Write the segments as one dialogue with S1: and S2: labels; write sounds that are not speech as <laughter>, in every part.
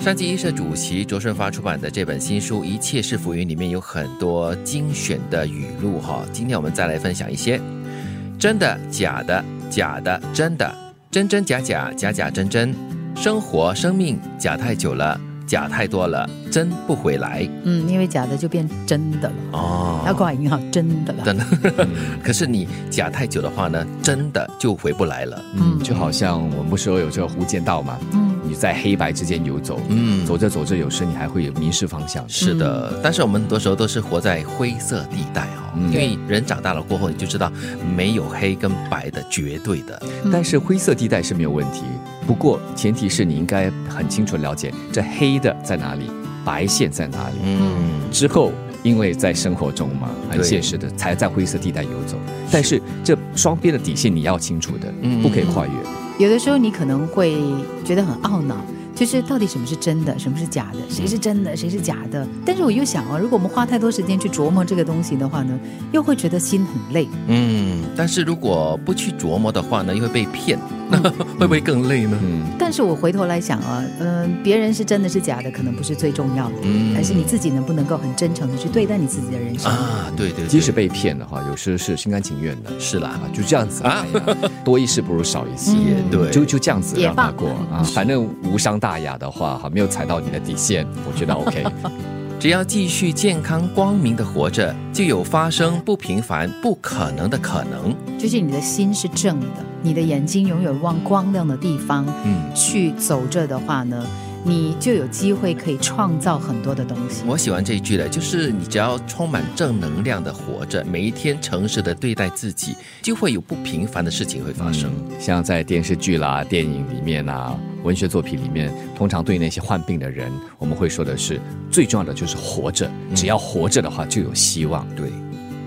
S1: 上季一社主席卓顺发出版的这本新书《一切是浮云》里面有很多精选的语录哈，今天我们再来分享一些真的、假的、假的、真的、真真假假、假假真真。生活、生命假太久了，假太多了，真不回来
S2: 嗯，因为假的就变真的了，
S1: 哦
S2: 要挂引号，真的了。
S1: 真的，可是你假太久的话呢，真的就回不来了。
S2: 嗯
S3: 嗯，就好像我们不是有这个无间道嘛，
S2: 嗯，
S3: 你在黑白之间游走，
S1: 嗯，
S3: 走着走着，有时你还会迷失方向。
S1: 是的，但是我们很多时候都是活在灰色地带哦，
S3: 嗯
S1: 因为人长大了过后，你就知道没有黑跟白的绝对的。
S2: 嗯
S3: 但是灰色地带是没有问题，不过前提是你应该很清楚了解这黑的在哪里，白线在哪里。
S1: 嗯，
S3: 之后，因为在生活中嘛，很
S1: 对
S3: 现实的，才在灰色地带游走。但是这双边的底线你要清楚的，
S1: 嗯
S3: 不可以跨越。
S2: 有的时候你可能会觉得很懊恼，就是到底什么是真的，什么是假的，谁是真的，谁是假的？但是我又想啊，如果我们花太多时间去琢磨这个东西的话呢，又会觉得心很累。
S1: 嗯，但是如果不去琢磨的话呢，又会被骗，那 <laughs> 会不会更累呢？
S3: 嗯，
S2: 但是我回头来想啊，嗯、别人是真的是假的，可能不是最重要的，
S1: 嗯
S2: 而是你自己能不能够很真诚的去对待你自己的人生。
S1: 啊，对对对，
S3: 即使被骗的话，有时是心甘情愿的。
S1: 是啦
S3: 啊，，就这样子啊，
S1: <laughs>
S3: 哎呀多一事不如少一事，
S2: 嗯
S1: 对嗯
S3: 就就这样子
S2: 也
S3: 让它
S2: 放
S3: 过啊，反正无伤大雅的话，哈，没有踩到你的底线，我
S1: <laughs>
S3: 觉得 OK。
S1: 只要继续健康光明的活着，就有发生不平凡、不可能的可能。
S2: 就是你的心是正的，你的眼睛永远往光亮的地方
S1: 嗯，
S2: 去走着的话呢，你就有机会可以创造很多的东西。
S1: 我喜欢这一句的，就是你只要充满正能量的活着，每一天诚实的对待自己，就会有不平凡的事情会发生。
S2: 嗯
S3: 嗯像在电视剧啦、电影里面啊、文学作品里面，通常对那些患病的人，我们会说的是，最重要的就是活着，只要活着的话就有希望。
S1: 嗯对，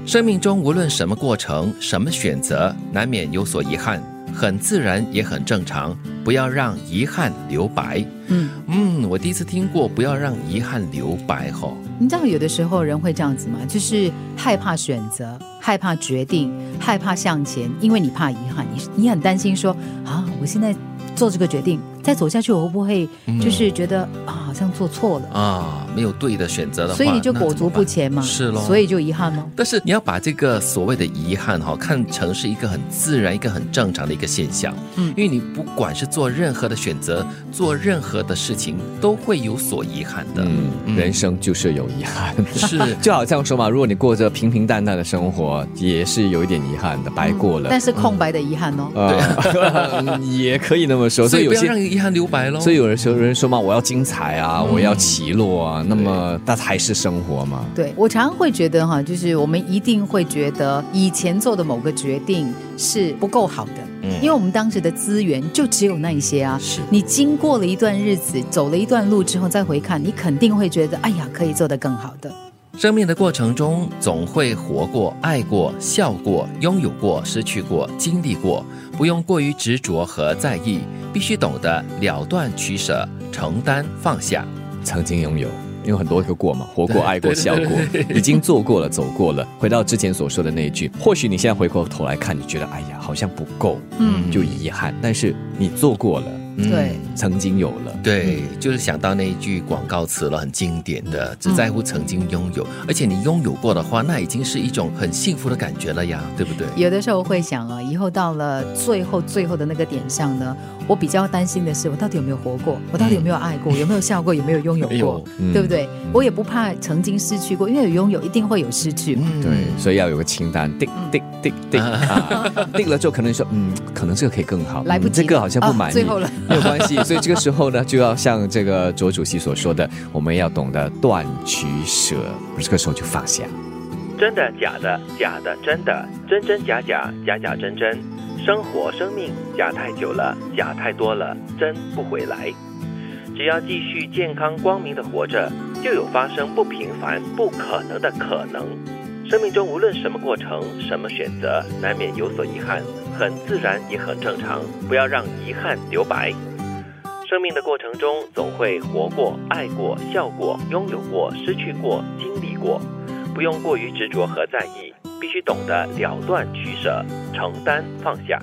S1: 生命中无论什么过程、什么选择，难免有所遗憾，很自然也很正常。不要让遗憾留白。
S2: 嗯。
S1: 嗯，我第一次听过“不要让遗憾留白”吼。
S2: 你知道有的时候人会这样子吗？就是害怕选择，害怕决定，害怕向前，因为你怕遗憾，你你很担心说啊，我现在做这个决定，再走下去我会不会
S1: 嗯
S2: 就是觉得、啊，好像做错了，
S1: 啊，没有对的选择的话，
S2: 所以你就裹足不前
S1: 那怎么
S2: 嘛，
S1: 办是咯，
S2: 所以就遗憾吗？
S1: 但是你要把这个所谓的遗憾哈、看成是一个很自然、一个很正常的一个现象。
S2: 嗯
S1: 因为你不管是做任何的选择，做任何的事情，都会有所遗憾的。
S3: 嗯，人生就是有遗憾。 <laughs>
S1: 是， <laughs>
S3: 就好像说嘛，如果你过着平平淡淡的生活，也是有一点遗憾的，白过
S1: 嗯
S3: 了。
S2: 嗯但是空白的遗憾哦。
S3: 呃， <laughs> 也可以那么说。
S1: 所以
S3: 有
S1: 不要
S3: 些
S1: 让遗憾留白喽。
S3: 所以有人说，有人说嘛，我要精彩啊，
S1: 嗯
S3: 我要起落啊，那么那才是生活嘛。
S2: 对我常常会觉得哈，就是我们一定会觉得以前做的某个决定是不够好的，
S1: 嗯
S2: 因为我们当时的资源就只有那一些啊。
S1: 是
S2: 你经过了一段日子，走了一段路之后再回看，你肯定会觉得，哎呀，可以做得更好的。
S1: 生命的过程中，总会活过、爱过、笑过、拥有过、失去过、经历过，不用过于执着和在意，必须懂得了断取舍、承担放下。
S3: 曾经拥有，因为很多个过嘛，活过、爱过、
S1: 对
S3: 笑过，已经做过了、走过了。回到之前所说的那一句，或许你现在回过头来看，你觉得哎呀，好像不够，
S2: 嗯
S3: 就遗憾。但是你做过了，
S1: 嗯
S2: 对
S3: 曾经有了。
S1: 对，就是想到那一句广告词了，很经典的，只在乎曾经拥有，而且你拥有过的话，那已经是一种很幸福的感觉了呀，对不对？
S2: 有的时候会想啊，以后到了最后最后的那个点上呢，我比较担心的是，我到底有没有活过？我到底有没有爱过？有没有笑过？有没有拥有
S1: 哎
S2: 过
S1: 呦？
S3: 嗯
S2: 对不对？我也不怕曾经失去过，因为有拥有一定会有失去嘛。
S1: 嗯
S3: 对，所以要有个清单，
S2: 嗯
S3: 定定定定啊，定了之后可能说，嗯，可能这个可以更好，
S2: 来不及
S3: 嗯这个好像不满
S2: 啊
S3: 意，
S2: 最后了
S3: <laughs> 没有关系。所以这个时候呢，就要像这个卓主席所说的，我们要懂得断取舍，这个时候就放下。
S4: 真的假的，假的真的，真真假假，假假真真。生活生命假太久了，假太多了，真不回来。只要继续健康光明的活着，就有发生不平凡、不可能的可能。生命中无论什么过程、什么选择，难免有所遗憾，很自然也很正常。不要让遗憾留白。生命的过程中，总会活过、爱过、笑过、拥有过、失去过、经历过，不用过于执着和在意，必须懂得了断取舍，承担放下。